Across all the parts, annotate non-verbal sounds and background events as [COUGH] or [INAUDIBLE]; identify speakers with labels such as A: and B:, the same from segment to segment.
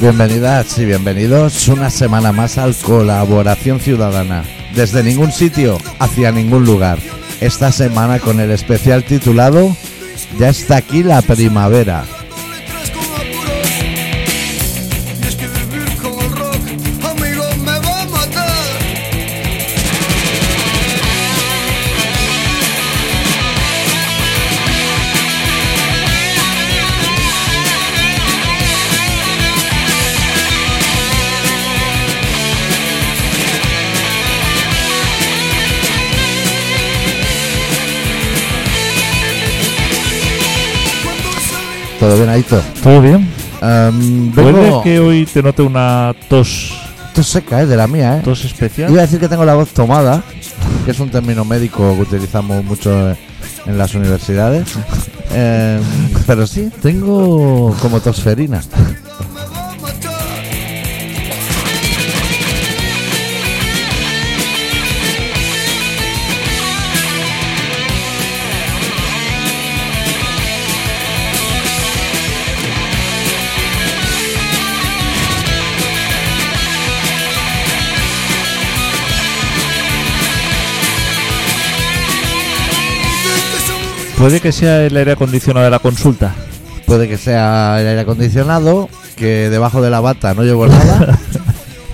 A: Bienvenidas y bienvenidos una semana más al Colaboración Ciudadana. Desde ningún sitio, hacia ningún lugar. Esta semana con el especial titulado Ya está aquí la primavera.
B: Con letras con apuros Y es que vivir con el rock Amigo me va a matar Cuando salí
A: ¿Todo bien, Aito?
C: ¿Todo bien?
A: Em,
C: Puede
A: vengo...
C: que hoy te note una tos,
A: Esto seca, es de la mía, ¿eh?
C: tos
A: Iba
C: especial.
A: a decir que tengo la voz tomada, que es un término médico que utilizamos mucho eh, en las universidades. Em, pero sí, tengo como tosferina.
B: me va a matar Dicen que es aburrido
C: Puede que sea el aire acondicionado de la consulta.
A: Puede que sea el aire acondicionado, que debajo de la bata no llevo
C: [LAUGHS]
A: nada.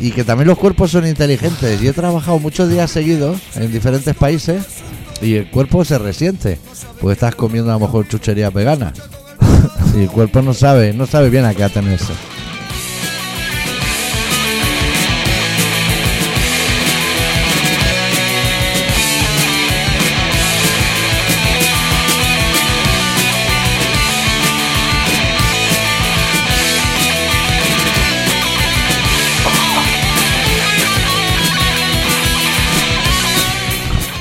A: Y que también los cuerpos son inteligentes. Yo he trabajado muchos días seguidos en diferentes países y el cuerpo se resiente. Porque estás comiendo a lo mejor chucherías veganas. [LAUGHS] Y el cuerpo no sabe, no sabe bien a qué atenerse.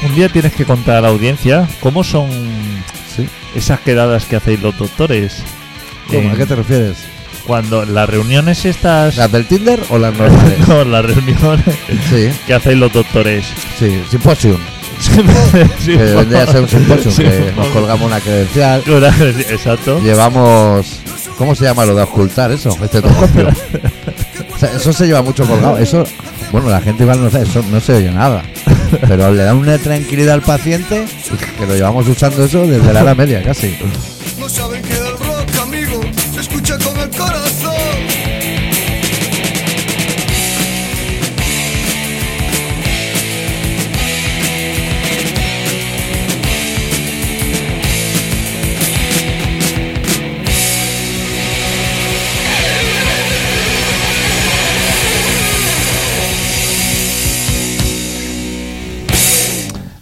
C: Un día tienes que contar a la audiencia cómo son
A: Sí.
C: esas quedadas que hacéis los doctores.
A: ¿Cómo? ¿A
C: En-
A: qué te refieres?
C: Cuando las reuniones estas... [LAUGHS]
A: ¿Las del Tinder o las normales?
C: No, las reuniones
A: Sí,
C: que hacéis
A: [LAUGHS]
C: los doctores.
A: sí, simposium.
C: Sí,
A: Que vendría a ser un simposium,
C: Sí,
A: que
C: por
A: nos
C: favor.
A: colgamos una credencial.
C: Exacto.
A: Llevamos. ¿Cómo se llama lo de ocultar eso? Este
C: [LAUGHS]
A: Estetoscopio. O sea, eso se lleva mucho colgado. Eso, bueno, la gente igual no sabe, eso no se oye nada. Pero le da una tranquilidad al paciente que lo llevamos usando eso desde la hora media casi.
B: No saben que el rock, amigo, se escucha con el corazón.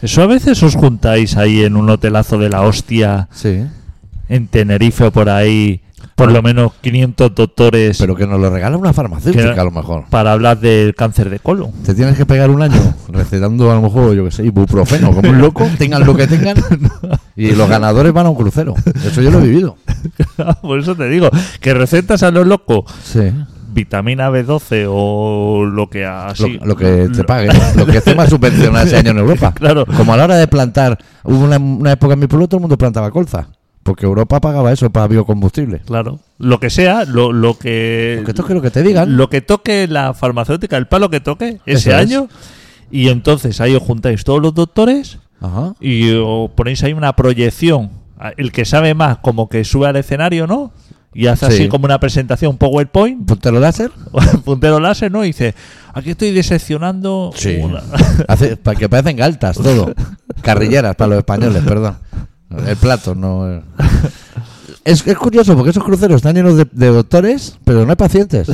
C: Eso a veces os juntáis ahí en un hotelazo de la hostia,
A: Sí.
C: en Tenerife o por ahí, por lo menos 500 doctores
A: Pero que nos lo regala una farmacéutica
C: Que-
A: a lo mejor.
C: para hablar del cáncer de colon. [LAUGHS]
A: Te tienes que pegar un año recetando a lo mejor, yo que sé, ibuprofeno, como un loco, tengan lo que tengan. Y los ganadores van a un crucero. Eso yo lo he vivido.
C: por eso te digo, que recetas a lo loco
A: Sí.
C: vitamina B12 o lo que
A: Lo,
C: así.
A: lo que te pague, lo que esté más subvencionado ese año en Europa.
C: [LAUGHS] Claro.
A: Como a la hora de plantar, hubo una, una época en mi pueblo todo el mundo plantaba colza, porque Europa pagaba eso para biocombustible.
C: Claro. Lo que sea, lo, lo que.
A: Porque esto es que lo que te digan,
C: lo que toque la farmacéutica, el palo que toque
A: Eso
C: ese
A: es.
C: año. Y entonces ahí os juntáis todos los doctores
A: Ajá.
C: y os ponéis ahí una proyección. A- El que sabe más, como que sube al escenario, ¿no? Y hace
A: Sí.
C: así como una presentación, un PowerPoint, [LAUGHS]
A: puntero láser,
C: puntero láser, ¿no? Y dice, aquí estoy diseccionando.
A: Sí.
C: una-
A: [LAUGHS] hace, para que parecen galtas todo, carrilleras para los españoles, perdón. El plato no. el- Es, es curioso porque esos cruceros están llenos de, de doctores, pero no hay
C: [LAUGHS]
A: pacientes.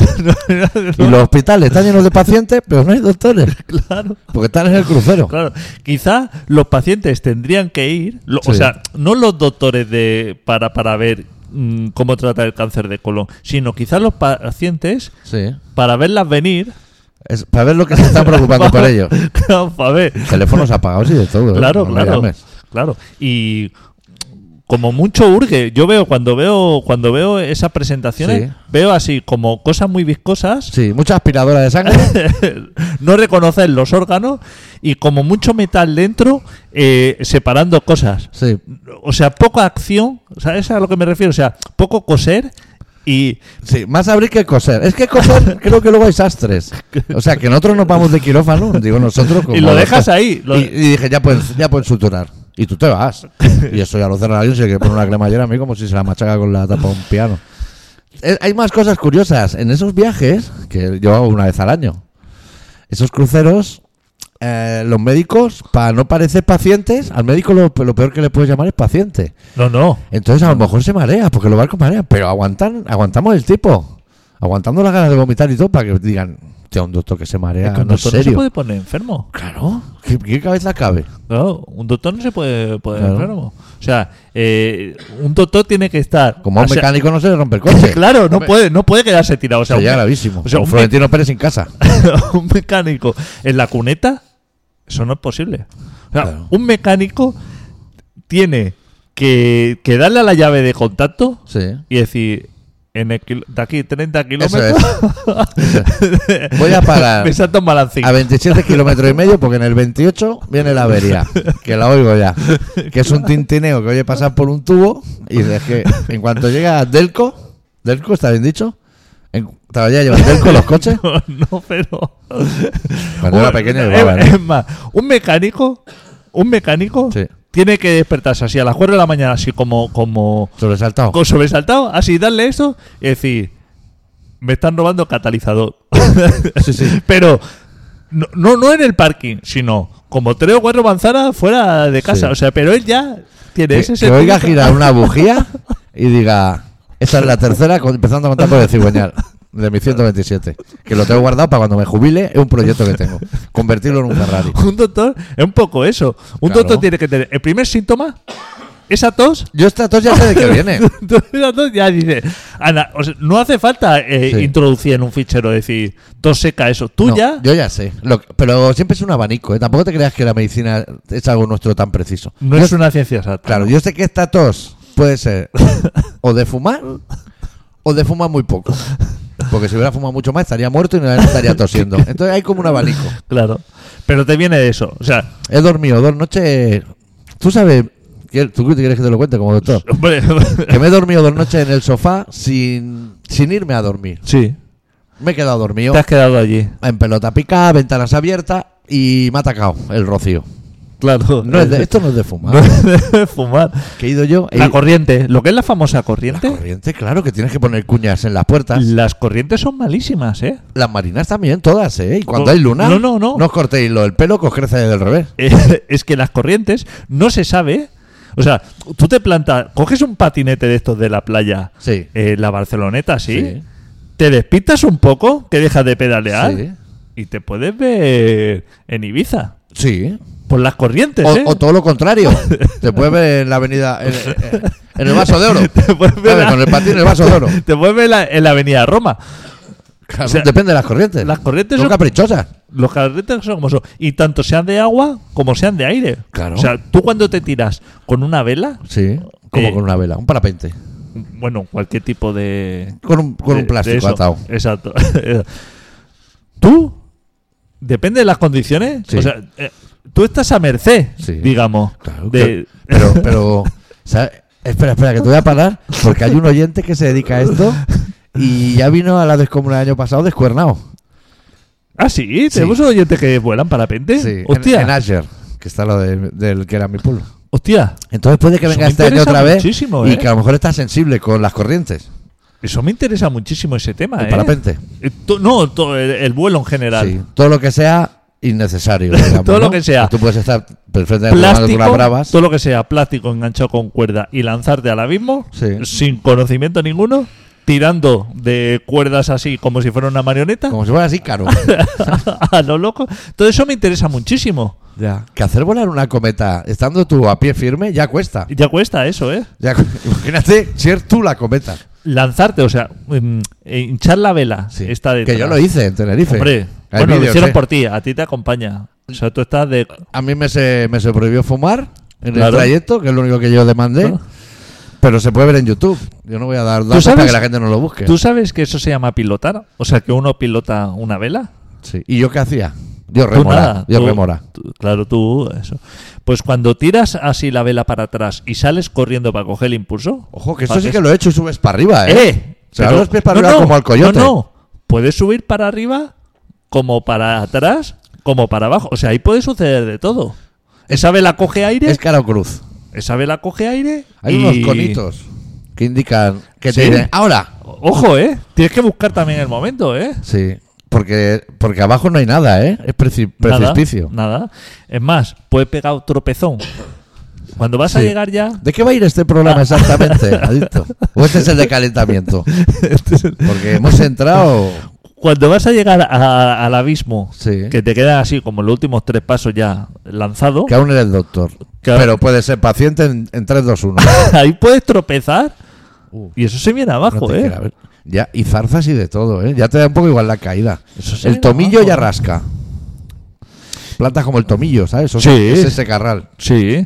A: Y los hospitales están llenos de pacientes, pero no hay doctores.
C: [LAUGHS] claro.
A: Porque están en el crucero.
C: Claro, quizás los pacientes tendrían que ir, lo- o
A: Sí.
C: sea, no los doctores de para, para ver mm, cómo trata el cáncer de colon, sino quizás los pa- pacientes
A: Sí.
C: para verlas venir.
A: Es para ver lo que se está
C: [LAUGHS]
A: preocupando por ello.
C: Claro, para ver.
A: Teléfonos apagados y de todo. ¿eh?
C: Claro,
A: No lo
C: claro,
A: llames.
C: claro. Y como mucho urge, yo veo cuando veo cuando veo esas
A: Sí.
C: presentaciones, veo así como cosas muy viscosas.
A: Sí, mucha aspiradora de sangre.
C: [LAUGHS] no reconocer los órganos y como mucho metal dentro eh, separando cosas.
A: Sí.
C: O sea, poca acción, o sea, eso es a lo que me refiero, o sea, poco coser Y
A: Sí, más abrir que coser. Es que
C: [LAUGHS]
A: coser creo que luego hay sastres. O sea, que nosotros nos vamos de quirófano. Digo, nosotros como
C: Y lo dejas ahí, lo-
A: Y, y dije, ya puedes, ya puedes suturar. Y tú te vas. Y eso ya lo cerra alguien, se quiere poner una cremallera a mí como si se la machaca con la tapa de un piano. Eh, hay más cosas curiosas. En esos viajes, que yo hago una vez al año, esos cruceros, eh, los médicos, para no parecer pacientes, al médico lo, lo peor que le puedes llamar es paciente.
C: no, no.
A: Entonces a lo mejor se marea, porque los barcos marean, pero aguantan, aguantamos el tipo. Aguantando las ganas de vomitar y todo para que digan, hostia, un doctor que se marea,
C: Es que
A: Ah,
C: un
A: no es
C: doctor no se
A: serio.
C: puede poner enfermo.
A: Claro, ¿qué, qué cabeza cabe?
C: Claro, un doctor no se puede poner
A: Claro.
C: enfermo. O sea, eh, un doctor tiene que estar.
A: Como a un
C: Ah, o sea,
A: mecánico no se le rompe el coche.
C: [LAUGHS] Claro, no
A: Hombre,
C: puede, no puede quedarse tirado. O sea,
A: sería
C: un-
A: gravísimo.
C: o sea,
A: O
C: un-
A: Florentino Pérez en casa.
C: [LAUGHS] un mecánico en la cuneta, eso no es posible. O sea,
A: Claro.
C: un mecánico tiene que, que darle a la llave de contacto
A: Sí.
C: y decir, en el kil- de aquí 30
A: Eso
C: kilómetros,
A: [LAUGHS] Voy a parar
C: [LAUGHS] me salta un balancín.
A: a 27 kilómetros y medio porque en el 28 viene la avería, que la oigo ya. Que es un tintineo que oye pasar por un tubo y es que en cuanto llega a Delco, Delco está bien dicho, en, todavía llevan Delco los coches.
C: No, no, pero.
A: [LAUGHS] Cuando era
C: Un-
A: pequeño
C: es-
A: llevaba,
C: es,
A: ¿no?
C: más, un mecánico, un mecánico
A: Sí.
C: tiene que despertarse así a las 4 de la mañana, así como, como
A: Sobresaltado.
C: con sobresaltado, así darle eso y decir, me están robando catalizador. [LAUGHS]
A: Sí, sí.
C: Pero no, no, no en el parking, sino como tres o cuatro manzanas fuera de casa.
A: Sí.
C: O sea, pero él ya tiene
A: Que,
C: ese
A: que oiga
C: sentimiento.
A: girar una bujía y diga, esa es la tercera, con- empezando a contar por el cigüeñal. De mi 127, que lo tengo guardado para cuando me jubile, es un proyecto que tengo. Convertirlo en un Ferrari.
C: [LAUGHS] Un doctor es un poco eso. Un
A: Claro.
C: doctor tiene que tener el primer síntoma, esa tos. [LAUGHS]
A: Yo esta tos ya sé de qué viene.
C: Entonces esa tos ya dice, Ana, o sea, no hace falta eh,
A: Sí.
C: introducir en un fichero, decir, tos seca, eso. Tú
A: No,
C: ya.
A: Yo ya sé. Lo que- pero siempre es un abanico, ¿eh? Tampoco te creas que la medicina es algo nuestro tan preciso.
C: No
A: Yo-
C: es una ciencia exacta.
A: Claro, yo sé que esta tos puede ser o de fumar o de fumar muy poco. Porque si hubiera fumado mucho más estaría muerto y no estaría tosiendo. Entonces hay como un abanico.
C: Claro. Pero te viene de eso. O sea, [LAUGHS]
A: He dormido dos noches. Tú sabes, que- tú que quieres que te lo cuente como doctor,
C: hombre.
A: que me he dormido dos noches en el sofá sin, sin irme a dormir.
C: sí.
A: Me he quedado dormido
C: Te has quedado allí.
A: en pelota picada, ventanas abiertas y me ha atacado el rocío.
C: Claro. [LAUGHS]
A: No es de- esto no es de fumar.
C: No debe fumar.
A: Que he ido yo. he-
C: La corriente, lo que es la famosa
A: la
C: corriente,
A: corriente, claro, que tienes que poner cuñas en las puertas.
C: las corrientes son malísimas, ¿eh? [LAUGHS]
A: Las marinas también, todas, ¿eh? Y cuando
C: No,
A: hay luna.
C: no, no, no.
A: os cortéis lo, el pelo que os crece del revés.
C: Eh, Es que las corrientes no se sabe. O sea, tú te plantas, coges un patinete de estos de la playa,
A: Sí.
C: eh, la Barceloneta, sí,
A: Sí.
C: te despistas un poco, que dejas de pedalear
A: Sí.
C: y te puedes ver en Ibiza
A: Sí.
C: por las corrientes,
A: O,
C: ¿eh?
A: o todo lo
C: [LAUGHS]
A: contrario. Te puedes ver en la avenida. En, en- en el vaso de oro.
C: [LAUGHS] Te puedes ver
A: ¿Sabes?
C: la-
A: Con el patín en el vaso de oro.
C: [LAUGHS] Te puedes ver la- en la Avenida Roma.
A: Claro,
C: O sea,
A: depende de las corrientes.
C: las corrientes
A: son
C: son-
A: caprichosas.
C: Los carretes son como son. Y tanto sean de agua como sean de aire.
A: Claro.
C: O sea, tú cuando te tiras con una vela,
A: Sí. Como
C: Eh.
A: con una vela, un parapente.
C: bueno, cualquier tipo de.
A: Con un, con
C: de-
A: un
C: de
A: plástico
C: eso.
A: atado.
C: Exacto. [LAUGHS] tú, depende de las condiciones.
A: Sí.
C: O sea, eh, tú estás a merced,
A: Sí.
C: digamos.
A: Claro,
C: de-
A: Pero,
C: [LAUGHS]
A: pero, ¿sabes? espera, espera, que te voy a parar porque hay un oyente que se dedica a esto y ya vino a la descomuna el año pasado descuernado.
C: ah, sí,
A: Sí.
C: tenemos oyentes que vuelan parapente.
A: Sí,
C: Hostia,
A: en, en Asher, que está lo de- del que era mi pueblo.
C: hostia,
A: Entonces puede que
C: Eso
A: venga
C: me
A: este año
C: interesa
A: otra vez
C: muchísimo,
A: y
C: ¿eh?
A: que a lo mejor está sensible con las corrientes,
C: eso me interesa muchísimo ese tema.
A: el
C: ¿eh?
A: parapente.
C: Eh, to- no, to- el, el vuelo en general.
A: Sí, todo lo que sea innecesario.
C: [LAUGHS]
A: digamos,
C: Todo lo
A: ¿no?
C: que sea.
A: Tú puedes estar perfectamente tomando
C: plástico,
A: unas bravas.
C: todo lo que sea plástico enganchado con cuerda y lanzarte al abismo
A: Sí.
C: sin conocimiento ninguno, tirando de cuerdas así como si fuera una marioneta
A: Como si fuera así caro.
C: [LAUGHS] a lo loco. Todo eso me interesa muchísimo.
A: Que hacer volar una cometa estando tú a pie firme ya cuesta.
C: Ya cuesta eso, ¿eh?
A: Ya, [LAUGHS] imagínate ser tú la cometa.
C: Lanzarte, o sea, mm, eh, hinchar la vela.
A: Sí.
C: Está
A: que yo lo hice en Tenerife.
C: Hombre,
A: Hay
C: bueno, lo
A: vídeos,
C: hicieron
A: eh.
C: por ti, a ti te acompaña. O sea, tú estás de.
A: A mí me se, me se prohibió fumar en el
C: Claro. Ah.
A: trayecto, que es lo único que yo demandé.
C: Claro.
A: Pero se puede ver en YouTube. Yo no voy a dar datos
C: sabes?
A: para que la gente no lo busque.
C: ¿Tú sabes que eso se llama pilotar? O sea, que uno pilota una vela.
A: Sí. ¿Y yo qué hacía? Yo
C: Tú
A: remora.
C: Pues nada,
A: Yo
C: tú-
A: remora.
C: tú- claro, tú, eso. Pues cuando tiras así la vela para atrás y sales corriendo para coger el impulso.
A: Ojo, que eso
C: ¿para
A: sí
C: qué
A: que lo he hecho y subes para arriba, ¿eh?
C: ¡Eh!
A: Se van los pies para arriba como al coyote.
C: No, no. Puedes subir para arriba, como para atrás, como para abajo. O sea, ahí puede suceder de todo. Esa vela coge aire,
A: Es cara o cruz.
C: esa vela coge aire.
A: Hay
C: y-
A: unos conitos que indican que te
C: ¿Sí?
A: dicen, ahora.
C: Ojo, ¿eh? Tienes que buscar también el momento, ¿eh?
A: Sí, porque, porque abajo no hay nada, ¿eh? Es preci-
C: Nada,
A: precipicio.
C: Nada, Es más, puede pegar un tropezón. Cuando vas a
A: Sí.
C: llegar ya. Ah.
A: ¿De qué va a ir este programa exactamente, adicto? ¿O este es el de calentamiento?
C: Este
A: Porque hemos entrado...
C: Cuando vas a llegar a- al abismo,
A: Sí.
C: que te quedan así como los últimos tres pasos ya lanzado,
A: Que aún eres doctor.
C: Que Ah, aún-
A: Pero puedes ser paciente en, en 3, 2, 1.
C: [LAUGHS] ahí puedes tropezar
A: Uh,
C: y eso se viene
A: No
C: abajo,
A: te
C: ¿eh?
A: quiero, a ver. Ya, y zarzas y de todo, ¿eh? Ya te da un poco igual la caída.
C: Eso sí, Ah,
A: el
C: no,
A: tomillo
C: no.
A: ya rasca. Plantas como el tomillo, ¿sabes? O sea,
C: Sí.
A: Es ese carral.
C: Sí.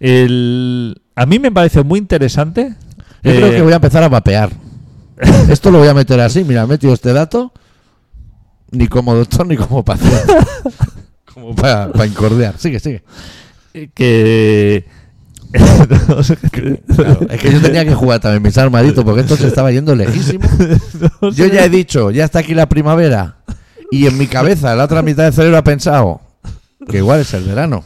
C: El- A mí me parece muy interesante.
A: Yo
C: eh,
A: creo que voy a empezar a
C: [LAUGHS]
A: mapear. Esto lo voy a meter así. Mira, he metido este dato. Ni como doctor ni como paciente.
C: [LAUGHS]
A: como para incordiar. Sigue, sigue.
C: que- [LAUGHS] No sé qué-
A: Claro, eh, es que yo tenía que jugar también mis armaditos porque esto se estaba yendo
C: [LAUGHS]
A: lejísimo. Yo ya he dicho, ya está aquí la primavera. Y en mi cabeza, la otra mitad del cerebro ha pensado que igual es el verano.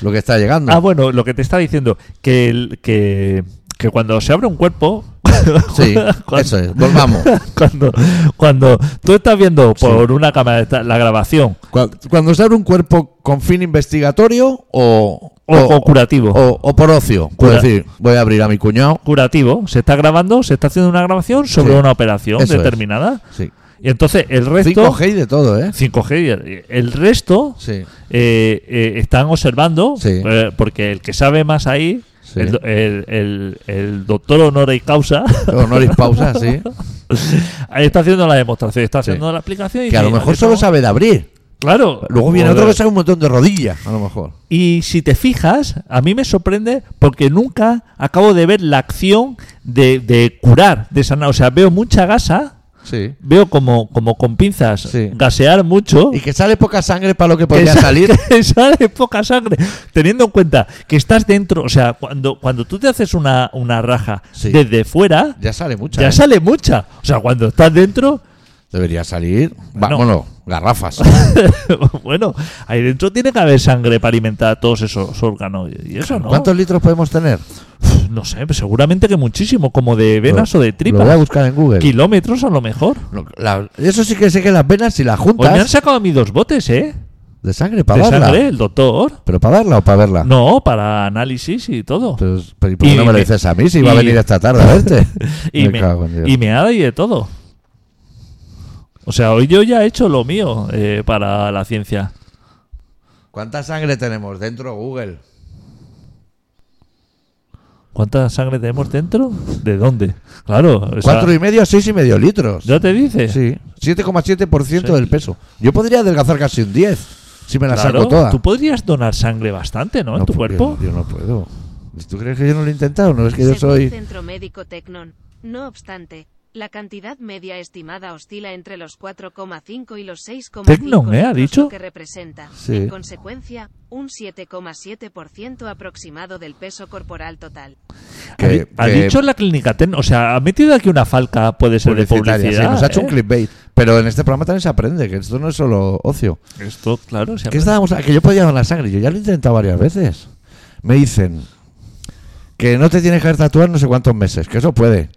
A: Lo que está llegando.
C: Ah, bueno, lo que te estaba diciendo, que, el- que, que cuando se abre un cuerpo... [LAUGHS]
A: sí,
C: cuando-
A: eso es.
C: [LAUGHS]
A: Volvamos.
C: Cuando, cuando tú estás viendo por una cámara esta- la grabación
A: Cu- Cuando se abre un cuerpo con fin investigatorio o,
C: o, o curativo,
A: o- o por ocio. Puedo
C: Cura-
A: decir, voy a abrir a mi cuñado.
C: curativo, se está grabando, se está haciendo una grabación sobre
A: Sí,
C: una operación
A: eso es.
C: determinada.
A: Sí.
C: Y entonces el resto...
A: 5G y de todo, ¿eh?
C: 5G, el resto
A: Sí.
C: eh, eh, están observando,
A: Sí.
C: eh, porque el que sabe más ahí,
A: Sí.
C: el, do- el- el- el doctor honor y causa,
A: [LAUGHS] Honoris pausa, sí.
C: [LAUGHS] ahí está haciendo la demostración, está haciendo
A: Sí.
C: la aplicación. Y
A: Que a lo
C: dice,
A: mejor
C: "Aquí
A: solo
C: estamos".
A: sabe de abrir.
C: Claro.
A: Luego viene otro
C: Joder.
A: que sabe un montón de rodillas, a lo mejor.
C: Y si te fijas, a mí me sorprende porque nunca acabo de ver la acción de, de curar, de sanar. O sea, veo mucha gasa,
A: Sí.
C: veo como, como con pinzas
A: Sí.
C: gasear mucho.
A: Y que sale poca sangre para lo que
C: que
A: podría
C: sa-
A: salir.
C: [LAUGHS] que sale poca sangre. Teniendo en cuenta que estás dentro, o sea, cuando, cuando tú te haces una, una raja
A: Sí.
C: desde fuera,
A: Ya sale mucha.
C: ya
A: ¿eh?
C: sale mucha. O sea, cuando estás dentro, [LAUGHS]
A: Debería salir. Va-
C: No.
A: Bueno, garrafas.
C: bueno, ahí dentro tiene que haber sangre para alimentar todos esos órganos. Y eso no.
A: ¿Cuántos litros podemos tener?
C: Pf, No sé, seguramente que muchísimo, como de venas
A: Lo-
C: o de
A: Lo voy a
C: tripas.
A: buscar en Google.
C: Kilómetros a lo mejor.
A: Lo- la- eso sí que sé que las venas, si las
C: Hoy me han
A: juntas.
C: sacado a mí dos botes, ¿eh?
A: De sangre,
C: De
A: para darla.
C: sangre, el doctor.
A: ¿Pero para darla o para verla?
C: No, para análisis y todo.
A: Pero, pero ¿y por qué
C: Y
A: no me lo
C: me-
A: dices a mí si iba a
C: y-
A: venir esta tarde a verte?
C: [LAUGHS] y,
A: Me
C: me,
A: cago en Dios.
C: y meada y de todo. O sea, hoy yo ya he hecho lo mío eh, para la ciencia.
A: ¿Cuánta sangre tenemos dentro Google?
C: ¿Cuánta sangre tenemos dentro? ¿De dónde? Claro, o sea,
A: Pues Cuatro y medio a seis y medio litros.
C: ya te dice.
A: Sí, 7,7%
C: Sí.
A: del peso. Yo podría adelgazar casi un 10 si me la
C: Claro,
A: saco toda.
C: tú podrías donar sangre bastante, ¿no? en tu
A: porque
C: cuerpo.
A: Yo, yo no puedo. ¿Tú crees que yo no lo he intentado? No es que yo
D: Según
A: soy...
D: el Centro Médico Tecnon. No obstante, la cantidad media estimada oscila entre los 4,5 y los 6,5
C: Tecnon, ¿eh? ¿Ha
D: litros,
C: dicho?
D: lo que representa,
A: Sí.
D: en consecuencia, un 7,7% aproximado del peso corporal total.
A: Que,
C: ha, di- ha
A: que
C: dicho la clínica Tecno. O sea, ha metido aquí una falca, puede ser de
A: publicitaria,
C: publicidad.
A: sí, nos ha hecho un
C: ¿eh?
A: clickbait. Pero en este programa también se aprende, que esto no es solo ocio.
C: Esto, claro, se
A: ¿Qué
C: aprende.
A: estábamos a- Que yo podía donar sangre. Yo ya lo he intentado varias veces. Me dicen que no te tienes que tatuar no sé cuántos meses, que eso puede.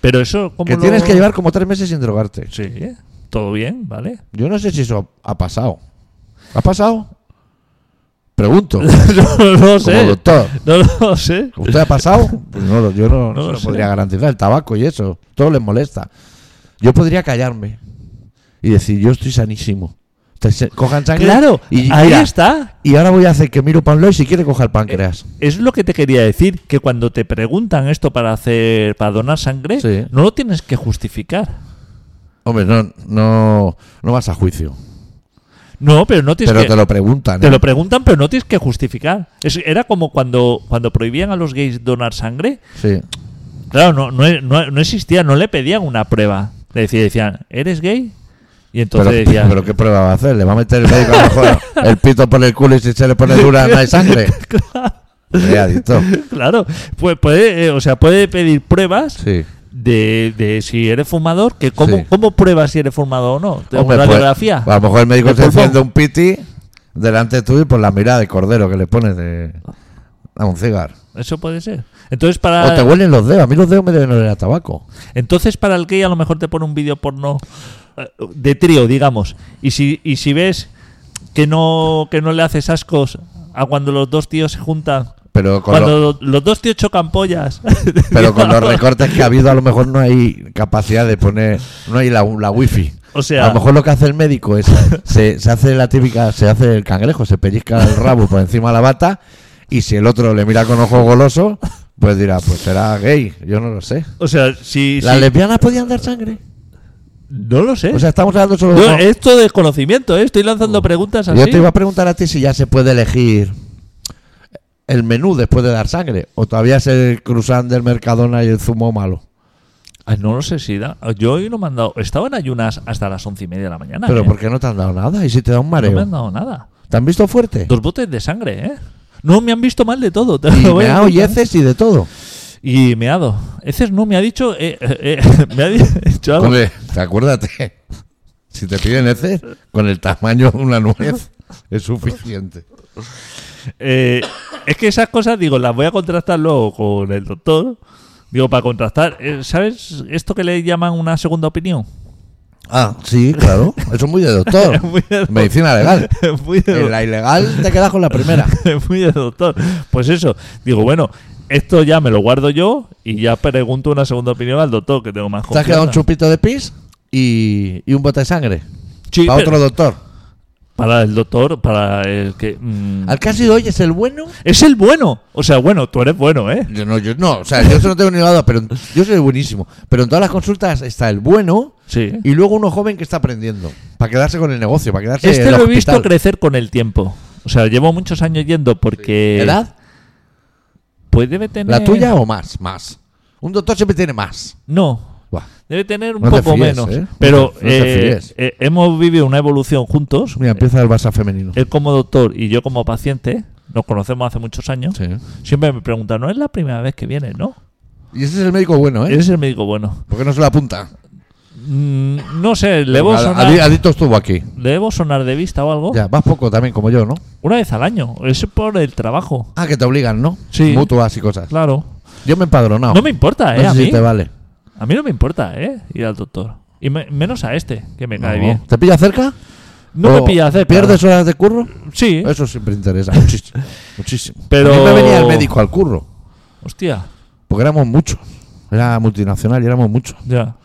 C: Pero eso, ¿cómo
A: Que
C: lo-
A: tienes que llevar como tres meses sin drogarte.
C: Sí, ¿eh? todo bien, ¿vale? [LAUGHS]
A: Yo no sé si eso ha pasado. ¿Ha pasado? Pregunto.
C: [LAUGHS] no lo
A: Como
C: sé.
A: doctor.
C: No lo sé.
A: ¿Usted ha
C: [LAUGHS]
A: pasado? Pues no, lo- yo no,
C: No
A: se
C: lo
A: lo
C: sé.
A: podría garantizar. El tabaco y eso, todo les molesta. Yo podría callarme y decir, yo estoy sanísimo. Te- se- Cojan sangre
C: Claro,
A: y,
C: ahí
A: mira,
C: está. Eh,
A: y ahora voy a hacer que miro pan y si quiere coja el páncreas.
C: Es lo que te quería decir, que cuando te preguntan esto para hacer, para donar sangre,
A: Sí.
C: no lo tienes que justificar.
A: Hombre, no, no, no vas a juicio.
C: No, pero no tienes
A: Pero
C: que.
A: te lo preguntan.
C: te
A: ¿eh?
C: lo preguntan, pero no tienes que justificar. Es- era como cuando, cuando prohibían a los gays donar sangre.
A: Sí.
C: Claro, no, no, no- no existía, no le pedían una prueba. Le decía- decían, ¿eres gay? Y entonces
A: [LAUGHS] pero,
C: decían, [LAUGHS]
A: pero qué prueba va a hacer, le va a meter el médico a lo mejor el pito por el culo y si se le pone dura no hay
C: [LAUGHS]
A: sangre. Hombre, adicto.
C: claro, pues puede, eh, o sea, puede pedir pruebas
A: Sí.
C: de, de si eres fumador, que cómo,
A: Sí.
C: cómo pruebas si eres fumador o no. ¿Te
A: Hombre, pues,
C: radiografía?
A: a lo mejor el médico
C: ¿De
A: te
C: pulmón?
A: enciende un piti delante tuyo y por la mirada de cordero que le pones de, a un cigarro.
C: Eso puede ser. Entonces
A: O te
C: para,
A: huelen los dedos. A mí los dedos me deben oler a tabaco.
C: entonces para el gay a lo mejor te pone un vídeo porno eh, de trío, digamos. Y si, y si ves que no, que no le haces ascos a cuando los dos tíos se juntan,
A: Pero con,
C: cuando
A: lo-
C: lo- los dos tíos chocan pollas.
A: [LAUGHS] pero con los recortes que ha habido, a lo mejor no hay capacidad de poner. No hay la, la wifi.
C: O sea-
A: a lo mejor lo que hace el médico
C: [LAUGHS]
A: es. Se, se hace la típica. Se hace el cangrejo, se pellizca el rabo por encima de la bata. Y si el otro le mira con ojo goloso, pues dirá, pues será gay. Yo no lo sé.
C: [LAUGHS] O sea, si...
A: ¿Las
C: si-
A: lesbianas podían dar sangre?
C: no lo sé.
A: O sea, estamos hablando solo de.
C: Yo- esto de conocimiento, ¿eh? estoy lanzando preguntas así.
A: Yo te iba a preguntar a ti si ya se puede elegir el menú después de dar sangre. O todavía es el cruzán del Mercadona y el zumo malo.
C: Ay, Ah, no lo sé si da. Yo hoy no me han dado. Estaba en ayunas hasta las once y media de la mañana.
A: Pero
C: ¿eh?
A: ¿por qué no te han dado nada? ¿Y si te da un
C: no me
A: mareo?
C: han dado nada.
A: ¿Te han visto fuerte?
C: Dos botes de sangre, ¿eh? No me han visto mal de todo. te
A: Y
C: lo voy a
A: meao y
C: contar.
A: heces y de todo.
C: Y meado. Heces no me ha dicho. eh, eh, eh, [LAUGHS] me ha di- dicho algo.
A: Hombre, te [LAUGHS] acuérdate. Si te piden heces, con el tamaño de una nuez es suficiente.
C: Eh, es que esas cosas, digo, las voy a contrastar luego con el doctor. Digo, para contrastar. eh, ¿Sabes esto que le llaman una segunda opinión? [LAUGHS]
A: Ah, sí, claro. Eso es [LAUGHS] muy de doctor.
C: Muy de doctor.
A: Medicina legal. [LAUGHS]
C: Muy de-
A: En la ilegal te quedas con la [LAUGHS] primera.
C: muy de doctor. Pues eso, digo, bueno, esto ya me lo guardo yo y ya pregunto una segunda opinión al doctor, que tengo más
A: Te has quedado un
C: confianza.
A: chupito de pis y, y un bote de sangre.
C: Sí,
A: Para
C: pero-
A: otro doctor.
C: Para el doctor, para el que... mm,
A: Al que has ido hoy es el bueno.
C: es el bueno. O sea, bueno, tú eres bueno, ¿eh?
A: Yo no, yo no, o sea, yo eso no tengo ni duda, pero yo soy buenísimo. Pero en todas las consultas está el bueno
C: Sí.
A: y luego uno joven que está aprendiendo. Para quedarse con el negocio, para quedarse en
C: Este
A: el
C: lo he
A: hospital.
C: visto crecer con el tiempo. O sea, llevo muchos años yendo porque...
A: ¿Edad?
C: Pues debe tener...
A: ¿La tuya o más? Más. Un doctor siempre tiene más.
C: No.
A: Buah,
C: Debe tener un
A: No te
C: poco
A: fíes,
C: menos.
A: ¿eh? No
C: Pero
A: te- no te
C: eh,
A: fíes.
C: eh, hemos vivido una evolución juntos.
A: Mira, empieza el Barça femenino.
C: él como doctor y yo como paciente, nos conocemos hace muchos años,
A: Sí.
C: siempre me preguntan, no es la primera vez que vienes, ¿no?
A: Y ese es el médico bueno, ¿eh?
C: Eres el médico bueno.
A: ¿Por qué no se lo apunta?
C: Mm, no sé, le debo,
A: Ad-
C: sonar,
A: adi- Adicto estuvo aquí.
C: le debo sonar de vista o algo.
A: Ya, vas poco también, como yo, ¿no?
C: Una vez al año, es por el trabajo,
A: Ah, que te obligan, ¿no?
C: Sí.
A: Mutuas y cosas.
C: claro.
A: Yo me he empadronado.
C: No me importa,
A: Ah. No
C: ¿eh?
A: sé
C: a,
A: si
C: mí,
A: te vale.
C: a mí no me importa, ¿eh? Ir al doctor. Y me- menos a este, que me cae
A: No.
C: bien.
A: ¿Te pilla cerca?
C: No
A: ¿O
C: me pilla cerca.
A: ¿Pierdes horas de curro?
C: Sí,
A: Eso siempre
C: [LAUGHS]
A: interesa muchísimo. muchísimo.
C: Pero-
A: A mí me venía el médico al curro,
C: hostia,
A: porque éramos muchos. Era multinacional y éramos muchos.
C: ya.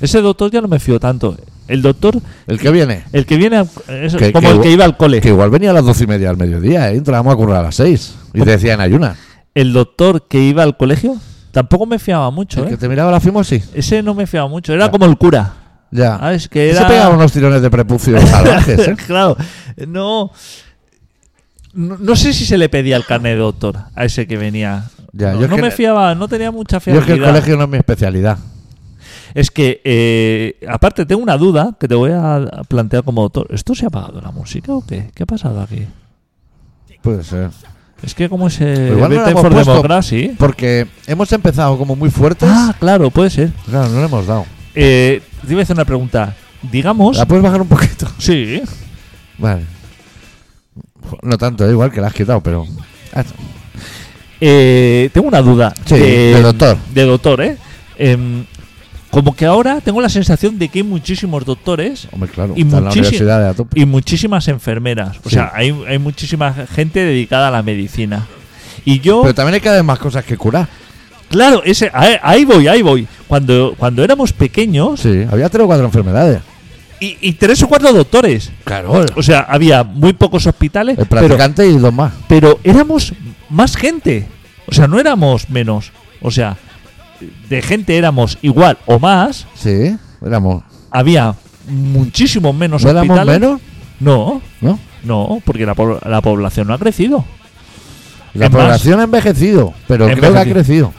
C: Ese doctor ya no me fío tanto. El doctor,
A: El que viene,
C: el que viene, a- es
A: Que-
C: como
A: que
C: el que
A: igu-
C: iba al cole.
A: que igual venía a las doce y media al mediodía, ¿eh? entrábamos a currar a las seis. Y te decían ayuna.
C: el doctor que iba al colegio tampoco me fiaba mucho,
A: El Ah. que
C: ¿eh?
A: te miraba la fimosis.
C: Ese no me fiaba mucho, era como el cura.
A: Ya.
C: Ah, es que
A: Se
C: era-
A: pegaba unos tirones de
C: [LAUGHS]
A: prepucio salvajes, ¿eh?
C: claro, no, no. no sé si se le pedía el carnet de doctor a ese que venía.
A: Ya,
C: no
A: yo es
C: no
A: que-
C: me fiaba, no tenía mucha
A: Yo es
C: fiabilidad.
A: que el colegio no es mi especialidad.
C: Es que, eh, aparte, tengo una duda que te voy a plantear como doctor. ¿Esto se ha apagado la música o qué? ¿Qué ha pasado aquí?
A: Puede ser.
C: Es que como ese
A: Pero Pues igual no lo
C: Britain
A: hemos
C: for
A: puesto
C: Democracy...
A: Porque hemos empezado como muy fuertes.
C: ¿eh? Ah, claro, puede ser.
A: Claro, no le hemos dado.
C: Eh, te iba a hacer una pregunta. Digamos...
A: ¿La puedes bajar un poquito?
C: Sí,
A: Vale. No tanto, eh, igual que la has quitado, pero. Ah,
C: Eh, tengo una duda.
A: Sí, de doctor.
C: De doctor, ¿eh? Em, como que ahora tengo la sensación de que hay muchísimos doctores
A: Hombre, claro.
C: Y
A: está en la
C: muchísimo-
A: universidad de a tope.
C: y muchísimas enfermeras. O
A: Sí.
C: sea, hay, hay muchísima gente dedicada a la medicina. Y yo,
A: Pero también hay que haber más cosas que curar.
C: claro, ese, ahí, ahí voy, ahí voy. Cuando, cuando éramos pequeños
A: Sí, había tres o cuatro enfermedades.
C: y, y tres o cuatro doctores.
A: Claro.
C: O sea, había muy pocos hospitales,
A: El
C: pero,
A: practicante y dos más.
C: pero éramos más gente. O sea, no éramos menos. O sea, de gente éramos igual o más.
A: Sí, éramos.
C: había muchísimos menos
A: ¿No éramos
C: hospitales.
A: menos?
C: No,
A: ¿No?
C: no, porque la, po- la población no ha crecido.
A: La
C: Es más,
A: población ha envejecido, pero creo que ha crecido.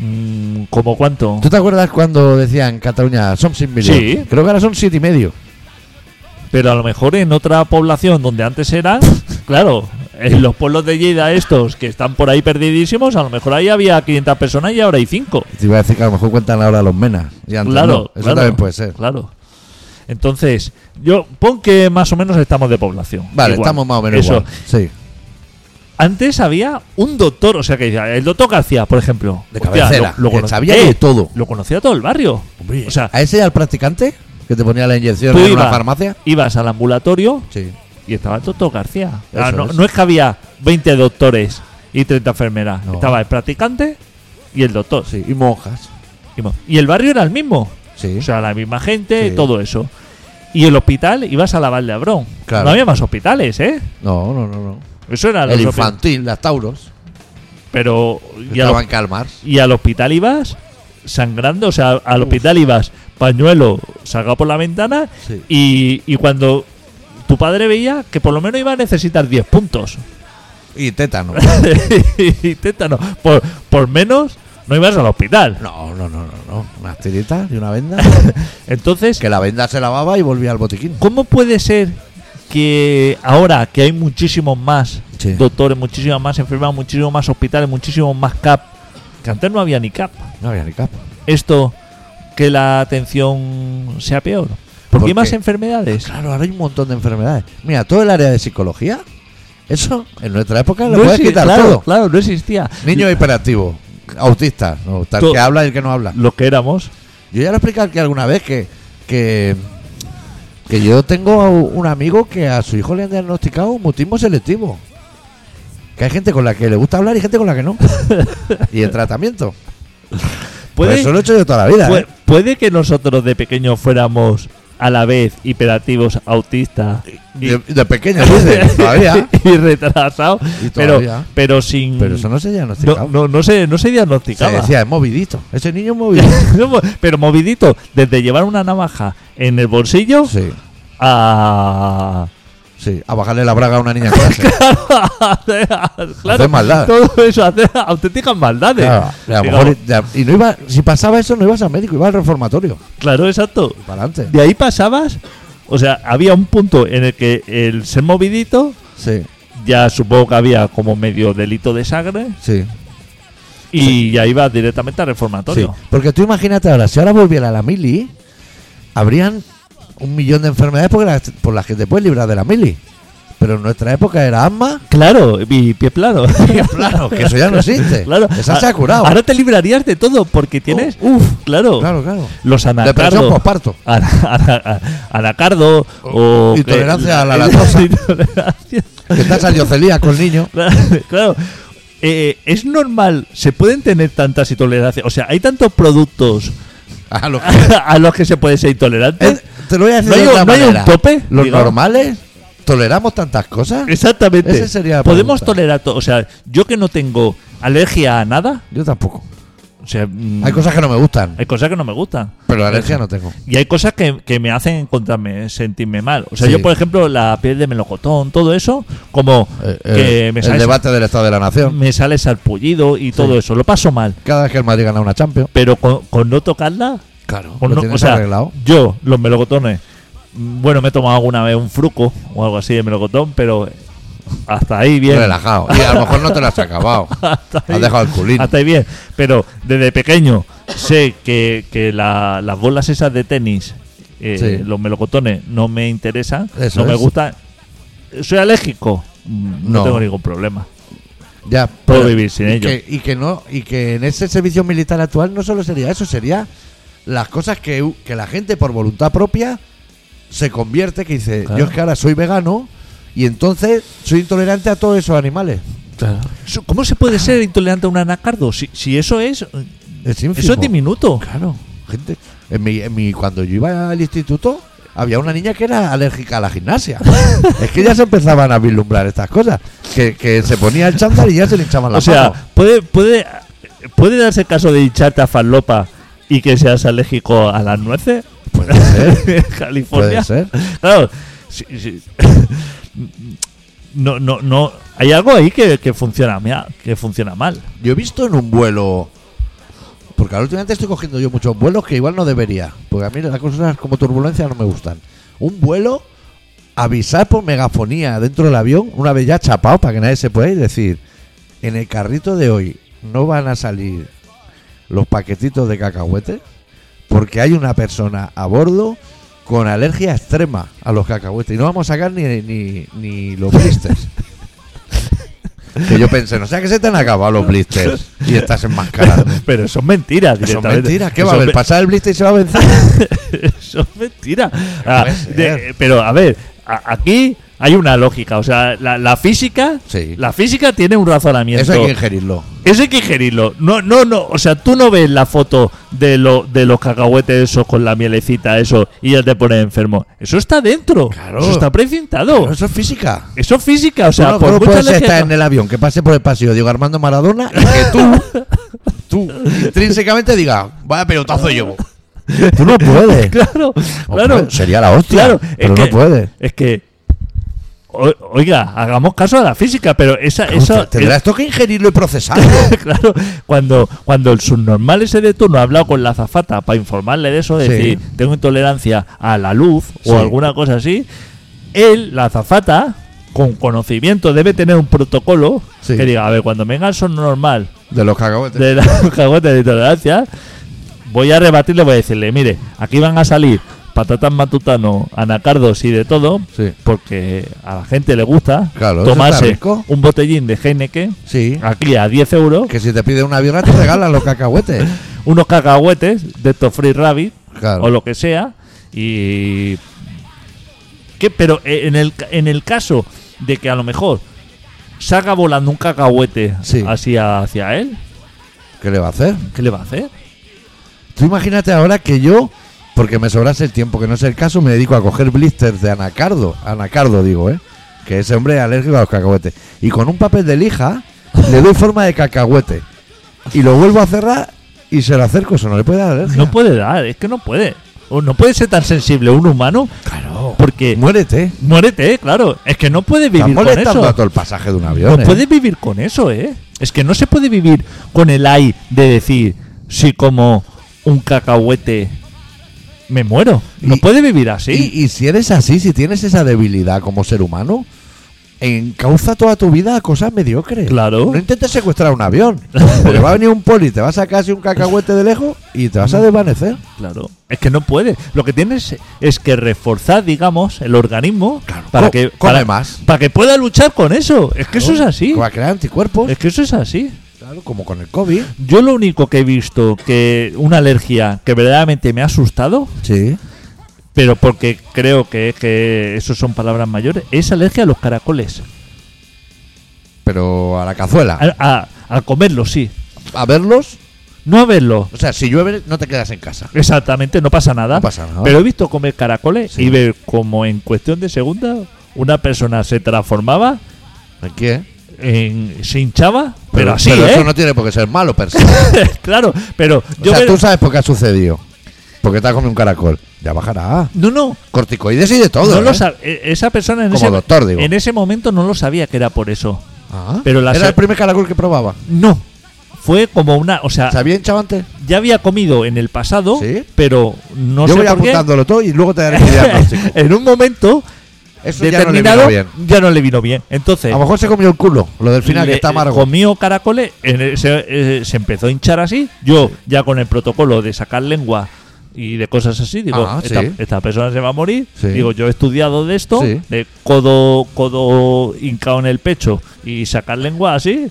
C: Mm, ¿Cómo cuánto?
A: ¿Tú te acuerdas cuando decían en Cataluña son 100 millones?
C: Sí.
A: Creo que ahora son siete y medio.
C: Pero a lo mejor en otra población donde antes era, claro, en los pueblos de Lleida estos que están por ahí perdidísimos, a lo mejor ahí había 500 personas y ahora hay 5.
A: Te iba a decir que a lo mejor cuentan ahora los menas. y antes
C: Claro,
A: no. Eso
C: claro,
A: también puede ser.
C: Claro. Entonces, yo pon que más o menos estamos de población.
A: Vale,
C: Igual.
A: estamos más o menos
C: Eso.
A: igual. Sí.
C: Antes había un doctor, o sea que decía, el doctor García, por ejemplo.
A: De cabecera, que
C: cono- eh,
A: sabía de todo.
C: Lo conocía todo el barrio. o sea,
A: ¿A ese y al practicante? Que te ponía la inyección
C: tú
A: en
C: ibas,
A: una farmacia.
C: ibas al ambulatorio
A: Sí.
C: y estaba el doctor García.
A: Eso
C: Ah, no,
A: es.
C: no es que había 20 doctores y 30 enfermeras.
A: No.
C: Estaba el practicante y el doctor.
A: Sí. Y monjas.
C: Y mo- Y el barrio era el mismo.
A: Sí.
C: O sea, la misma gente,
A: Sí.
C: todo eso. Y el hospital ibas a la Val de Abrón.
A: Claro.
C: No había más hospitales, ¿eh?
A: no, no, no, no.
C: Eso era
A: El
C: los hopi-
A: infantil, las tauros.
C: Pero y al,
A: Estaban en Calmars.
C: y al hospital ibas sangrando, o sea, al hospital ibas pañuelo sacado por la ventana
A: Sí.
C: y, y cuando tu padre veía que por lo menos iba a necesitar 10 puntos
A: Y tétano.
C: y [LAUGHS] tétano, por, por menos no ibas al hospital.
A: No, no, no, no, no. Unas tiritas y una venda.
C: Entonces,
A: que la venda se lavaba y volvía al botiquín.
C: ¿Cómo puede ser que ahora que hay muchísimos más
A: Sí.
C: doctores, muchísimas más enfermeras, muchísimos más hospitales, muchísimos más CAP, que antes no había ni CAP,
A: No había ni capa.
C: esto que la atención sea peor? Porque
A: ¿Por
C: hay más
A: qué?
C: enfermedades.
A: Claro, ahora hay un montón de enfermedades. Mira, todo el área de psicología, eso en nuestra época lo puedes
C: exi-
A: quitar
C: claro,
A: todo.
C: claro, no existía.
A: Niño hiperactivo, autista, no, tal
C: To-
A: que habla y el que no habla.
C: Lo que éramos.
A: Yo ya lo he explicado aquí alguna vez que, que, que yo tengo a un amigo que a su hijo le han diagnosticado un mutismo selectivo. Que hay gente con la que le gusta hablar y gente con la que no. y el tratamiento. Pues
C: Puede, Pues,
A: eso lo he hecho yo toda la vida.
C: pu-
A: ¿eh?
C: puede que nosotros de pequeños fuéramos a la vez hiperativos, autistas y, [LAUGHS]
A: De, de pequeño, dice, todavía.
C: y retrasados,
A: Y
C: pero,
A: todavía.
C: pero sin...
A: Pero eso no se
C: No,
A: diagnosticaba.
C: no, no se, no se
A: se
C: diagnosticaba.
A: decía, es movidito. Ese niño es movidito.
C: [LAUGHS] No, mo- Pero movidito, desde llevar una navaja en el bolsillo
A: sí.
C: a. [LAUGHS]
A: Sí, a bajarle la braga a una niña en clase.
C: claro,
A: Hacer maldades.
C: Todo eso, hacer auténticas maldades.
A: Claro, y a lo
C: Digamos,
A: mejor- y no iba, si pasaba eso, no ibas al médico, ibas al reformatorio.
C: claro, exacto.
A: Para adelante.
C: De ahí pasabas, o sea, había un punto en el que el ser movidito,
A: Sí,
C: ya supongo que había como medio delito de sangre,
A: sí.
C: y ya ibas directamente al
A: sí.
C: reformatorio.
A: Porque tú imagínate ahora, si ahora volviera la mili, habrían un millón de enfermedades porque las- por las que te puedes librar de la mili. Pero en nuestra época era asma.
C: Claro, mi [LAUGHS] pie plano.
A: Claro, que eso ya no existe.
C: [LAUGHS] Claro. Ah,
A: Esa se ha curado.
C: Ahora te librarías de todo porque tienes. Oh, uf, claro.
A: claro, claro.
C: Los
A: Depresión
C: anacardos.
A: posparto.
C: ana- ana- a- Anacardo o. que-
A: Intolerancia a
C: [LAUGHS]
A: la lactosa.
C: Intolerancia.
A: Que estás salido celíaco el niño.
C: [LAUGHS] claro. Eh, es normal, se pueden tener tantas intolerancias. O sea, hay tantos productos
A: A lo que-
C: [LAUGHS] a los que se puede ser intolerante.
A: Eh, te lo voy a decir
C: ¿No hay
A: de
C: un-
A: otra
C: no hay un
A: manera.
C: tope?
A: Los
C: Digamos.
A: normales toleramos tantas cosas.
C: [LAUGHS] Exactamente.
A: ese sería la
C: Podemos
A: pregunta.
C: tolerar todo. O sea, yo que no tengo alergia a nada.
A: Yo tampoco.
C: O sea, mm,
A: Hay cosas que no me gustan,
C: hay cosas que no me gustan.
A: pero la alergia no tengo.
C: Y hay cosas que, que me hacen encontrarme, sentirme mal. O sea,
A: Sí.
C: yo, por ejemplo, la piel de melocotón, todo eso, como
A: Eh,
C: que
A: eh,
C: me Mm.
A: el
C: sale,
A: debate del Estado de la Nación.
C: me sale sarpullido y todo eso, lo paso mal.
A: Cada vez que el Madrid gana una Champions.
C: Pero con, con no tocarla,
A: Claro.
C: con
A: lo
C: no-
A: tienes
C: o sea,
A: arreglado.
C: yo, los melocotones, mm, bueno, me he tomado alguna vez un fruco o algo así de melocotón, pero hasta ahí bien.
A: Relajado. Y a lo mejor no te lo has acabado.
C: [LAUGHS] Hasta
A: Has dejado el culín.
C: Hasta ahí bien. Pero desde pequeño sé que, que la- las bolas esas de tenis, eh,
A: Sí.
C: los melocotones, no me interesan,
A: Eso
C: no me
A: es.
C: gustan. ¿Soy alérgico? Mm, No,
A: No.
C: tengo ningún problema.
A: Ya.
C: Puedo vivir sin
A: y
C: ello.
A: Que, y que no, y que en ese servicio militar actual no solo sería eso, sería las cosas que, u- que la gente por voluntad propia se convierte, que dice,
C: Claro.
A: yo es que ahora soy vegano y entonces soy intolerante a todos esos animales.
C: Eso- ¿Cómo se puede ser intolerante a un anacardo? Si, si eso es.
A: Es
C: Eso
A: ínfimo.
C: es diminuto.
A: Claro, gente. En mi, en mi- cuando yo iba al instituto, había una niña que era alérgica a la
C: [LAUGHS]
A: gimnasia. es que ya se empezaban a vislumbrar estas cosas. Que, que se ponía el chándal y ya se le hinchaban
C: O
A: las
C: sea,
A: manos.
C: puede, puede, puede darse el caso de hincharte a farlopa y que seas alérgico a las nueces. [LAUGHS]
A: Puede ser.
C: California.
A: ¿Eh? Puede ser.
C: [LAUGHS] Claro. sí, sí. [LAUGHS] No, no, no. Hay algo ahí que, que funciona, mea- que funciona mal.
A: Yo he visto en un vuelo. Porque ahora últimamente estoy cogiendo yo muchos vuelos que igual no debería. Porque a mí las cosas como turbulencia no me gustan. Un vuelo avisar por megafonía dentro del avión, una vez ya chapado, para que nadie se pueda ir, decir, en el carrito de hoy no van a salir los paquetitos de cacahuete porque hay una persona a bordo con alergia extrema a los cacahuetes y no vamos a sacar ni, ni, ni los blisters. que yo pensé, no sea que se te han acabado los blisters y estás enmascarado.
C: [LAUGHS] Pero son mentiras
A: Son
C: directamente.
A: mentiras, ¿qué va a
C: Son
A: haber?
C: me-
A: ¿Pasar el blister y se va a vencer?
C: [LAUGHS] Eso es mentira. Ah,
A: puede ser.
C: de- pero a ver, a- aquí hay una lógica. O sea, la, la física.
A: Sí.
C: La física tiene un razonamiento.
A: Eso hay que ingerirlo.
C: Eso hay que ingerirlo. No, no, no. O sea, tú no ves la foto de, lo, de los cacahuetes esos con la mielecita, eso, y ya te pones enfermo. Eso está dentro.
A: Claro.
C: Eso está precintado.
A: Pero eso es física.
C: Eso es física. O
A: Tú
C: sea,
A: no,
C: por
A: tú no
C: mucha
A: puedes
C: alergia
A: estar
C: que-
A: en el avión, que pase por el pasillo Diego Armando Maradona y que tú, [LAUGHS] tú, intrínsecamente digas, vaya pelotazo llevo. Tú no [LAUGHS]
C: [LAUGHS]
A: puedes.
C: Claro,
A: No
C: claro.
A: puedes, Sería la hostia.
C: Claro,
A: pero
C: es
A: no
C: que-
A: puedes.
C: Es que. o- Oiga, hagamos caso a la física, pero esa. esa
A: Tendrás esto que ingerirlo y procesarlo.
C: [LAUGHS]
A: [LAUGHS]
C: claro, cuando, cuando el subnormal ese de turno ha hablado con la azafata para informarle de eso, de
A: Sí.
C: decir, tengo intolerancia a la luz
A: Sí.
C: o alguna cosa así, él, la azafata, con conocimiento, debe tener un protocolo
A: Sí.
C: que diga, a ver, cuando venga el subnormal
A: De los cacahuetes.
C: de la
A: [LAUGHS]
C: [LAUGHS] cagote de intolerancia, voy a rebatirle, voy a decirle, mire, aquí van a salir patatas matutano, anacardos y de todo,
A: Sí.
C: porque a la gente le gusta
A: Claro, eso está
C: tomarse
A: rico.
C: un botellín de Heineken,
A: Sí.
C: aquí a 10 euros,
A: Que si te pide una birra te regalan los cacahuetes.
C: unos cacahuetes de estos Free Rabbit
A: Claro.
C: o lo que sea. Y. ¿Qué? Pero eh, en el, ca- en el caso de que a lo mejor salga volando un cacahuete
A: Sí.
C: así hacia él,
A: ¿Qué le va a hacer?
C: ¿qué le va a hacer?
A: Tú imagínate ahora que yo, porque me sobrase el tiempo, que no es el caso, me dedico a coger blisters de anacardo. Anacardo, digo, ¿eh? Que ese hombre es alérgico a los cacahuetes. Y con un papel de lija le doy forma de cacahuete. Y lo vuelvo a cerrar y se lo acerco. Eso no le puede dar alergia.
C: [LAUGHS] No puede dar, es que no puede. O no puede ser tan sensible un humano
A: Claro.
C: porque
A: Muérete.
C: muérete, eh, claro. Es que no puede
A: Estás
C: vivir con
A: molestando a
C: eso.
A: todo el pasaje de un avión.
C: No
A: ¿eh?
C: puede vivir con eso, ¿eh? Es que no se puede vivir con el ay de decir, si como un cacahuete me muero. No
A: Y-
C: puede vivir así.
A: Y, y si eres así, si tienes esa debilidad como ser humano, encauza toda tu vida a cosas mediocres.
C: Claro.
A: No intentes secuestrar un avión. Porque va a venir un poli, te va a sacar así un cacahuete de lejos y te vas a desvanecer.
C: Claro. Es que no puede. Lo que tienes es que reforzar, digamos, el organismo
A: Claro.
C: para
A: Co-
C: que
A: come
C: para,
A: más.
C: para que pueda luchar con eso. Es que eso es así.
A: Va a crear anticuerpos,
C: Es que eso es así.
A: claro, como con el COVID.
C: Yo lo único que he visto que una alergia que verdaderamente me ha asustado,
A: Sí.
C: pero porque creo que, que eso son palabras mayores, es alergia a los caracoles.
A: Pero a la cazuela.
C: A, a- a comerlos, sí.
A: A verlos,
C: No a verlos.
A: o sea, si llueve, no te quedas en casa.
C: Exactamente, no pasa nada.
A: No pasa nada.
C: Pero he visto comer caracoles
A: Sí.
C: y ver como en cuestión de segundos una persona se transformaba,
A: ¿En qué?
C: en- se hinchaba, pero, así, ¿eh?
A: eso no tiene por qué ser malo, per se.
C: [LAUGHS] claro, pero
A: O
C: yo
A: sea,
C: ver-
A: tú sabes por qué ha sucedido. Porque te ha comido un caracol. Ya bajará.
C: No, no,
A: Corticoides y de todo.
C: no lo
A: ¿eh?
C: sab- e- esa persona en
A: Como
C: ese,
A: doctor, digo.
C: en ese momento no lo sabía que era por eso.
A: Ah,
C: Pero la
A: Era
C: se-
A: el primer caracol que probaba.
C: No. Fue como una. O sea,
A: ¿Se había hinchado antes?
C: ya había comido en el pasado,
A: Sí.
C: pero no
A: Yo
C: sé
A: voy
C: por qué.
A: apuntándolo todo y luego te
C: [LAUGHS]
A: daré mi diagnóstico.
C: en un momento
A: Eso ya no le vino
C: determinado
A: bien.
C: ya no le vino bien. Entonces,
A: A lo mejor se comió el culo, lo del final,
C: le-
A: que está amargo.
C: comió caracoles, en el- se, eh, se empezó a hinchar así. Yo, ya con el protocolo de sacar lengua y de cosas así, digo,
A: Ah,
C: esta,
A: sí.
C: esta persona se va a morir.
A: Sí.
C: Digo, yo he estudiado de esto,
A: Sí.
C: de codo, codo hincado en el pecho y sacar lengua así.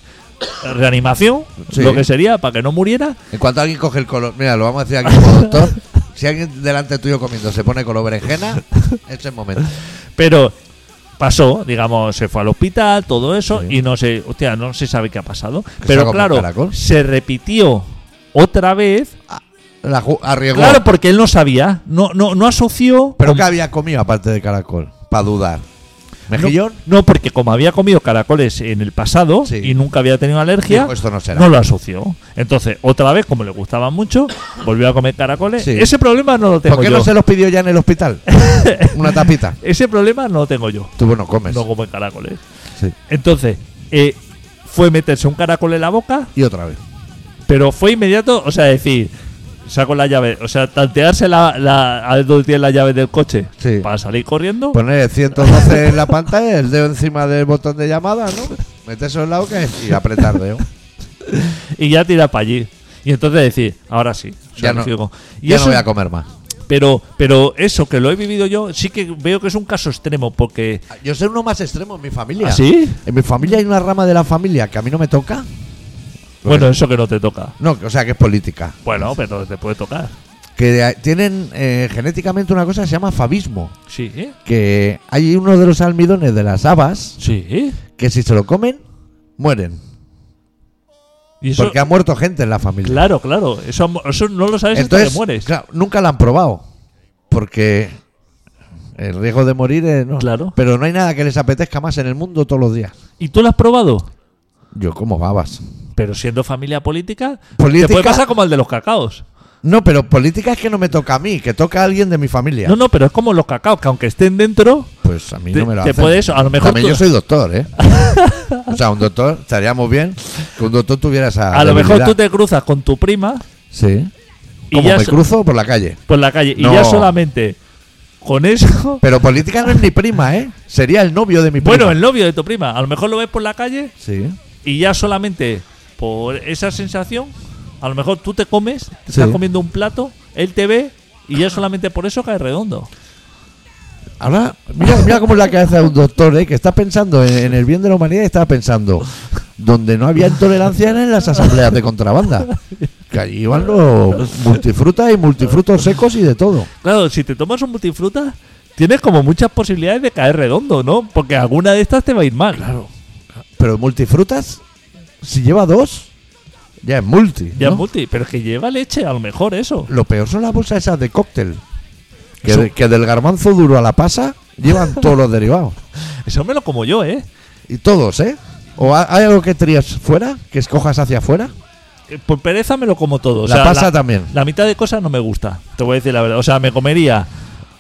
C: Reanimación,
A: Sí.
C: lo que sería, para que no muriera.
A: En cuanto alguien coge el color, mira, lo vamos a decir aquí como doctor. Si alguien delante tuyo comiendo se pone color berenjena, ese es el momento.
C: Pero pasó, digamos, se fue al hospital, todo eso,
A: Sí.
C: y no se, hostia, no se sabe qué ha pasado.
A: Que se ha
C: Pero
A: comido un
C: claro,
A: caracol.
C: se repitió otra vez.
A: La ju- arriesgó.
C: Claro, porque él no sabía, no, no, no asoció.
A: Pero
C: como-
A: ¿qué había comido aparte de caracol? Para dudar. ¿Mejillón?
C: no, porque como había comido caracoles en el pasado
A: Sí.
C: y nunca había tenido alergia,
A: Dijo, esto no será.
C: no lo asoció. Entonces, otra vez, como le gustaban mucho, volvió a comer caracoles.
A: Sí.
C: Ese problema no lo tengo
A: ¿Por qué
C: yo.
A: no se los pidió ya en el
C: [LAUGHS]
A: hospital? Una tapita.
C: Ese problema no lo tengo yo.
A: Tú no comes.
C: No como en caracoles.
A: Sí.
C: Entonces, eh, fue meterse un caracol en la boca,
A: Y otra vez.
C: Pero fue inmediato, o sea, decir, saco la llave. O sea, tantearse la, la, a ver dónde tiene la llave del coche
A: Sí.
C: para salir corriendo.
A: Poner 112 en la pantalla, el dedo encima del botón de llamada, ¿no? Metes un lado que y apretar [LAUGHS] dedo.
C: y ya tira para allí. Y entonces decir, ahora sí, soy
A: Ya no-
C: ciego. Y
A: Ya
C: eso-
A: no voy a comer más.
C: pero, pero eso que lo he vivido yo, sí que veo que es un caso extremo, porque
A: Yo soy uno más extremo en mi familia.
C: ¿Ah, sí?
A: En mi familia hay una rama de la familia que a mí no me toca.
C: bueno, eso que no te toca.
A: No, o sea, que es política.
C: Bueno, pero te puede tocar.
A: Que eh, tienen eh, genéticamente una cosa que se llama fabismo.
C: Sí, ¿eh?
A: Que hay uno de los almidones de las habas
C: sí. ¿eh?
A: que si se lo comen, mueren.
C: Y eso,
A: Porque ha muerto gente en la familia.
C: claro, claro. Eso, eso no lo sabes hasta
A: Entonces,
C: que mueres.
A: claro, nunca la han probado. Porque el riesgo de morir es. no.
C: Claro.
A: Pero no hay nada que les apetezca más en el mundo todos los días.
C: ¿Y tú lo has probado?
A: Yo como babas.
C: Pero siendo familia política,
A: Política-
C: te puede pasar como el de los cacaos.
A: No, pero política es que no me toca a mí, que toca a alguien de mi familia.
C: No, no, pero es como los cacaos, que aunque estén dentro,
A: Pues a mí
C: Te-
A: no me lo
C: te
A: hacen.
C: puedes- a lo mejor
A: También
C: tú-
A: yo soy doctor,
C: [LAUGHS]
A: ¿eh? o sea, un doctor, estaríamos bien que un doctor tuviera esa.
C: a lo mejor
A: debilidad.
C: tú te cruzas con tu prima
A: Sí.
C: y
A: Como
C: ya
A: me
C: so-
A: cruzo por la calle.
C: por la calle.
A: No.
C: Y ya solamente
A: [LAUGHS]
C: con eso.
A: Pero política no es mi prima, ¿eh? Sería el novio de mi prima.
C: [LAUGHS] Bueno, el novio de tu prima, a lo mejor lo ves por la calle
A: Sí.
C: y ya solamente por esa sensación, a lo mejor tú te comes, te estás
A: Sí.
C: comiendo un plato, él te ve y ya solamente por eso cae redondo.
A: Ahora, mira, mira cómo es la cabeza de un doctor, ¿eh? que está pensando en, en el bien de la humanidad y estaba pensando, donde no había intolerancia era en las asambleas de contrabanda. Que allí iban los multifrutas y multifrutos secos y de todo.
C: Claro, si te tomas un multifruta, tienes como muchas posibilidades de caer redondo, ¿no? Porque alguna de estas te va a ir mal. Claro.
A: Pero multifrutas, si lleva dos, ya es multi.
C: Ya
A: ¿no?
C: multi, pero es que lleva leche, a lo mejor eso.
A: Lo peor son las bolsas esas de cóctel. Que,
C: Eso-
A: de- que del garbanzo duro a la pasa llevan todos los derivados.
C: Eso me lo como yo, ¿eh?
A: Y todos, ¿eh? ¿O ha- hay algo que trías fuera? ¿Que escojas hacia afuera?
C: Eh, Por pereza me lo como todo. o
A: La
C: sea,
A: pasa también.
C: La mitad de cosas no me gusta, te voy a decir la verdad. O sea, me comería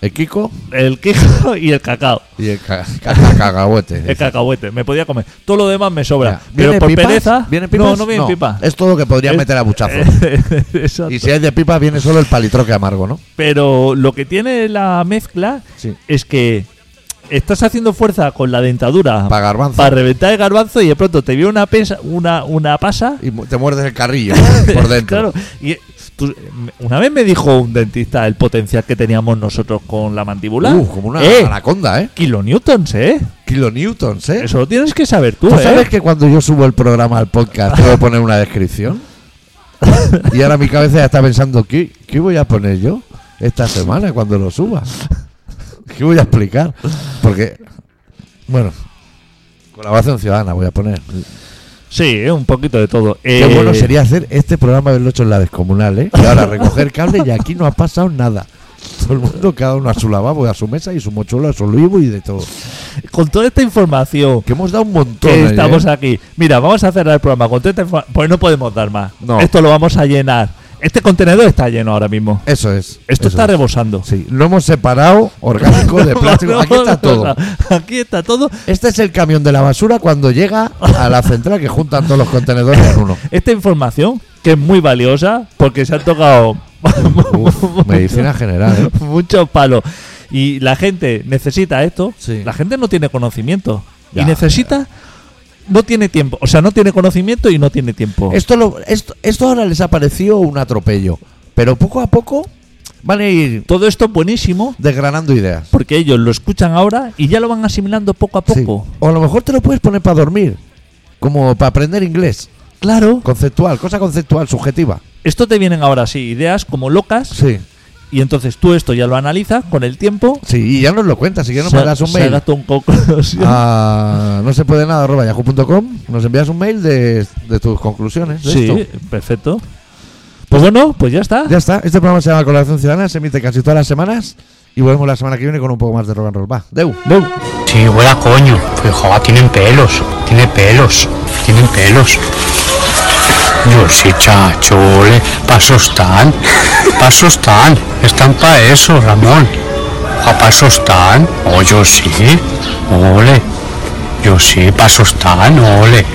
A: El Eh, Kiko
C: el quejo [LAUGHS] y el cacao.
A: y el ca- ca- ca- cacahuete.
C: El cacahuete, me podía comer. Todo lo demás me sobra.
A: Mira,
C: Pero
A: ¿viene
C: por
A: pipas?
C: pereza.
A: ¿Viene pipas?
C: No, no viene pipa.
A: Es todo lo que podrías
C: Es-
A: meter a buchazo.
C: [LAUGHS] Exacto.
A: y si hay de pipa, viene solo el palitroque amargo, ¿no?
C: Pero lo que tiene la mezcla
A: Sí.
C: es que estás haciendo fuerza con la dentadura
A: Pa' garbanzo.
C: para reventar el garbanzo y de pronto te viene una, pesa- una, una pasa
A: Y mu- te muerdes el
C: [LAUGHS]
A: carrillo [LAUGHS] por dentro.
C: Claro. Y eh, tú- una vez me dijo un dentista el potencial que teníamos nosotros con la mandíbula.
A: Uh, como una
C: Eh,
A: anaconda, ¿eh?
C: kilonewtons, ¿eh?
A: Kilonewtons, ¿eh?
C: Eso lo tienes que saber tú,
A: ¿Tú
C: ¿eh?
A: sabes que cuando yo subo el programa al podcast tengo que poner una
C: [LAUGHS]
A: descripción? Y ahora mi cabeza ya está pensando, ¿qué, qué voy a poner yo esta semana cuando lo suba? ¿Qué voy a explicar? Porque, bueno, colaboración ciudadana voy a poner.
C: Sí, eh, un poquito de todo.
A: Qué
C: Eh,
A: bueno sería hacer este programa del 8 en la descomunal, ¿eh? Y ahora recoger cable y aquí no ha pasado nada. Todo el mundo, cada uno a su lavabo, y a su mesa y su mochuelo, a su olivo y de todo.
C: Con toda esta información
A: Que hemos dado un montón.
C: que
A: hoy, ¿eh?
C: estamos aquí. Mira, vamos a cerrar el programa con toda esta informa- Pues no podemos dar más.
A: No.
C: Esto lo vamos a llenar. Este contenedor está lleno ahora mismo.
A: Eso es.
C: Esto
A: eso
C: está
A: es.
C: rebosando.
A: Sí, lo hemos separado orgánico
C: [LAUGHS]
A: de plástico. Aquí está todo.
C: Aquí está todo.
A: Este es el camión de la basura cuando llega a la central que juntan todos los contenedores en uno.
C: Esta información, que es muy valiosa, porque se han tocado [LAUGHS]
A: Uf, medicina general, ¿eh?
C: muchos palos. Y la gente necesita esto.
A: Sí.
C: La gente no tiene conocimiento.
A: Ya.
C: y necesita. No tiene tiempo. O sea, no tiene conocimiento y no tiene tiempo.
A: Esto, lo- esto, esto ahora les ha parecido un atropello, pero poco a poco van a ir
C: Todo esto es buenísimo
A: desgranando ideas.
C: porque ellos lo escuchan ahora y ya lo van asimilando poco a
A: Sí.
C: poco.
A: O a lo mejor te lo puedes poner para dormir, como para aprender inglés.
C: Claro.
A: Conceptual, cosa conceptual, subjetiva.
C: Esto te vienen ahora sí, ideas como locas.
A: Sí.
C: Y entonces tú esto ya lo analizas con el tiempo.
A: Sí, y ya nos lo cuentas, si quieres nos mandas un
C: Se- se
A: mail. Ah,
C: gasta un conclusión.
A: a no se puede nada arroba yahoo.com nos envías un mail de, de tus conclusiones de
C: Sí,
A: esto.
C: perfecto. Pues bueno, pues ya está.
A: ya está este programa se llama colaboración ciudadana se emite casi todas las semanas y volvemos la semana que viene con un poco más de rock and roll va deu
C: Deu.
E: Sí, huela coño. Pues joder, tienen pelos. Tiene pelos. Tienen pelos. Yo sí, chachole. Pasos están. Pasos están. Están para eso, Ramón. A pasos están. Oh, yo sí. Ole. Yo sí, pasos están. Ole.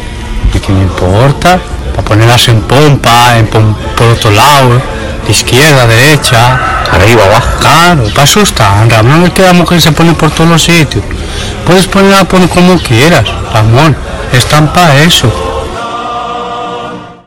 E: ¿Y qué me importa? Para ponerlas en pompa, en pom- por otro lado. izquierda, derecha, arriba, abajo. Claro, paso está. Ramón es que la mujer se pone por todos los sitios. Puedes ponerla por como quieras, Ramón. Están para eso.